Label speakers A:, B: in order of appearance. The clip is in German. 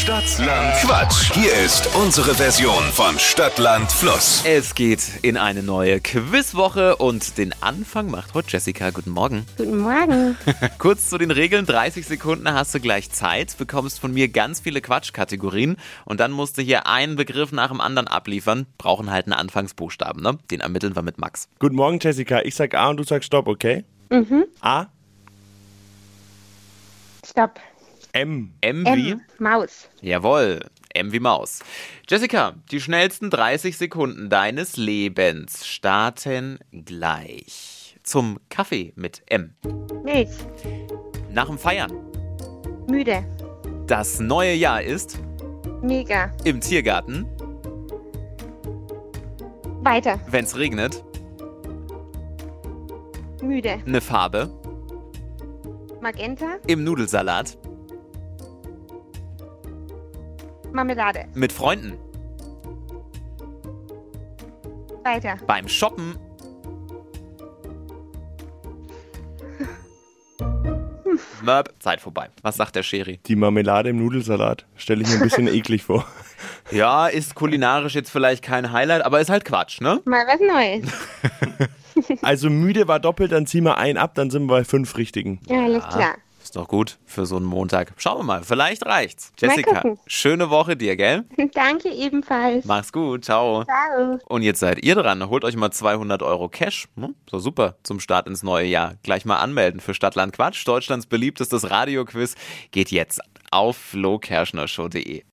A: Stadtland Quatsch. Hier ist unsere Version von Stadtland Fluss.
B: Es geht in eine neue Quizwoche und den Anfang macht heute Jessica. Guten Morgen.
C: Guten Morgen.
B: Kurz zu den Regeln. 30 Sekunden hast du gleich Zeit, bekommst von mir ganz viele Quatschkategorien und dann musst du hier einen Begriff nach dem anderen abliefern. Brauchen halt einen Anfangsbuchstaben, ne? Den ermitteln wir mit Max.
D: Guten Morgen, Jessica. Ich sag A und du sagst Stopp, okay? A,
C: Stopp.
D: M.
B: M
C: M.
B: wie?
C: Maus.
B: Jawohl. M wie Maus. Jessica, die schnellsten 30 Sekunden deines Lebens starten gleich. Zum Kaffee mit M.
C: Milch.
B: Nach dem Feiern.
C: Müde.
B: Das neue Jahr ist
C: Mega.
B: im Tiergarten,
C: Weiter.
B: wenn's regnet,
C: Müde.
B: eine Farbe,
C: Magenta.
B: im Nudelsalat,
C: Marmelade.
B: mit Freunden,
C: Weiter.
B: beim Shoppen, Möb, Zeit vorbei. Was sagt der Scheri?
D: Die Marmelade im Nudelsalat. Stelle ich mir ein bisschen eklig vor.
B: Ja, ist kulinarisch jetzt vielleicht kein Highlight, aber ist halt Quatsch, ne?
C: Mal was Neues.
D: Also müde war doppelt, dann ziehen wir einen ab, dann sind wir bei fünf richtigen.
C: Ja, alles klar.
B: Ist doch gut für so einen Montag. Schauen wir mal, vielleicht reicht's.
C: Mal
B: Jessica,
C: gucken.
B: schöne Woche dir, gell?
C: Danke ebenfalls.
B: Mach's gut, ciao.
C: Ciao.
B: Und jetzt seid ihr dran. Holt euch mal 200 Euro Cash. Hm? So super zum Start ins neue Jahr. Gleich mal anmelden für Stadtland Quatsch. Deutschlands beliebtestes Radioquiz geht jetzt auf flokerschnershow.de.